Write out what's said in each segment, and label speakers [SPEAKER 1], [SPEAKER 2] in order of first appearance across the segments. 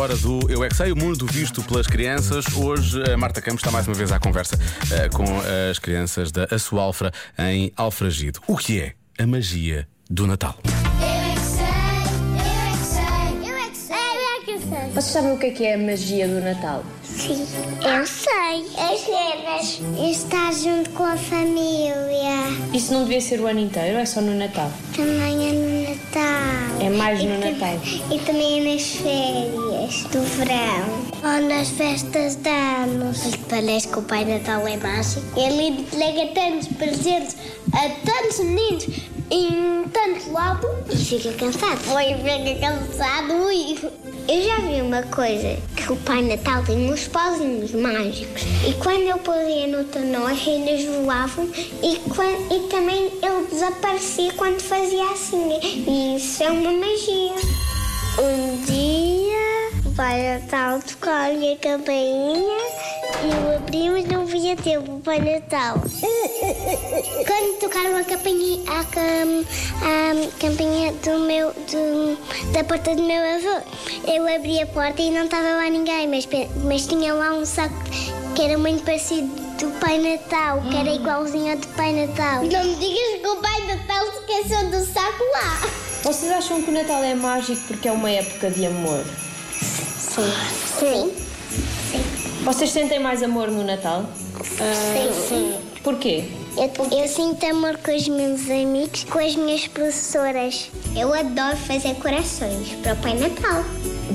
[SPEAKER 1] hora do Eu É Que Sei, o mundo visto pelas crianças. Hoje a Marta Campos está mais uma vez à conversa eh, com as crianças da Açoalfra em Alfragido. O que é a magia do Natal?
[SPEAKER 2] Vocês sabem o que é, que é a magia do Natal?
[SPEAKER 3] Sim, eu sei. As neves. Estar junto com a família.
[SPEAKER 2] Isso não devia ser o ano inteiro, é só no Natal.
[SPEAKER 3] Também é no Natal.
[SPEAKER 2] É mais
[SPEAKER 3] E
[SPEAKER 2] no
[SPEAKER 3] tam-
[SPEAKER 2] Natal.
[SPEAKER 3] E também é nas férias do verão. Ou nas festas de anos. Mas parece que o Pai Natal é mágico. Ele entrega tantos presentes a tantos meninos em tanto lado. E fica cansado. Oi, fica cansado. ui. Eu já vi uma coisa, que o Pai Natal tem uns pauzinhos mágicos. E quando eu podia no tornó, as renas voavam e, quan- e também ele desaparecia quando fazia assim. E isso é uma magia. Um dia o Pai Natal tocou-lhe a campainha e o abrimos não via tempo o Pai Natal. Quando tocaram a campainha, a, cam- a campainha do meu, do- da porta do meu avô, eu abri a porta e não estava lá ninguém, mas, pe- mas tinha lá um saco que era muito parecido do Pai Natal, que era igualzinho ao do Pai Natal. Hum. Não me digas que o Pai Natal esqueceu do saco lá.
[SPEAKER 2] Vocês acham que o Natal é mágico porque é uma época de amor?
[SPEAKER 3] Sim. Sim.
[SPEAKER 2] Vocês sentem mais amor no Natal?
[SPEAKER 3] Sim. Sim.
[SPEAKER 2] Porquê?
[SPEAKER 3] Eu, eu sinto amor com os meus amigos, com as minhas professoras. Eu adoro fazer corações para o Pai Natal.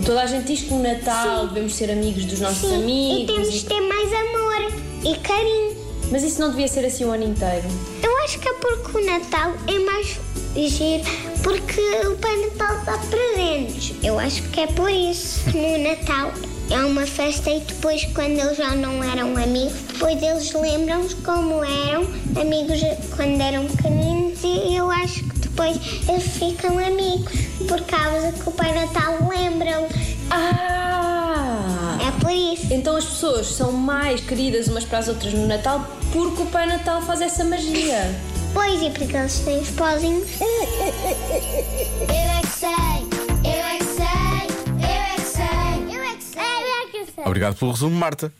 [SPEAKER 2] Toda a gente diz que no Natal devemos ser amigos dos nossos
[SPEAKER 3] e
[SPEAKER 2] amigos.
[SPEAKER 3] temos de ter mais amor e carinho.
[SPEAKER 2] Mas isso não devia ser assim o ano inteiro.
[SPEAKER 3] Eu acho que é porque o Natal é mais giro, porque o Pai Natal dá presentes. Eu acho que é por isso. No Natal é uma festa e depois, quando eles já não eram amigos, depois eles lembram-se como eram amigos quando eram pequeninos e eu acho que depois eles ficam amigos por causa que o Pai Natal lembram.
[SPEAKER 2] Ah!
[SPEAKER 3] É por isso.
[SPEAKER 2] Então as pessoas são mais queridas umas para as outras no Natal porque o Pai Natal faz essa magia.
[SPEAKER 3] Pois, e porque eles têm os pozinhos. Eu é que sei, eu é que sei, eu é que sei, eu é que sei, eu é que sei.
[SPEAKER 1] Obrigado pelo resumo, Marta.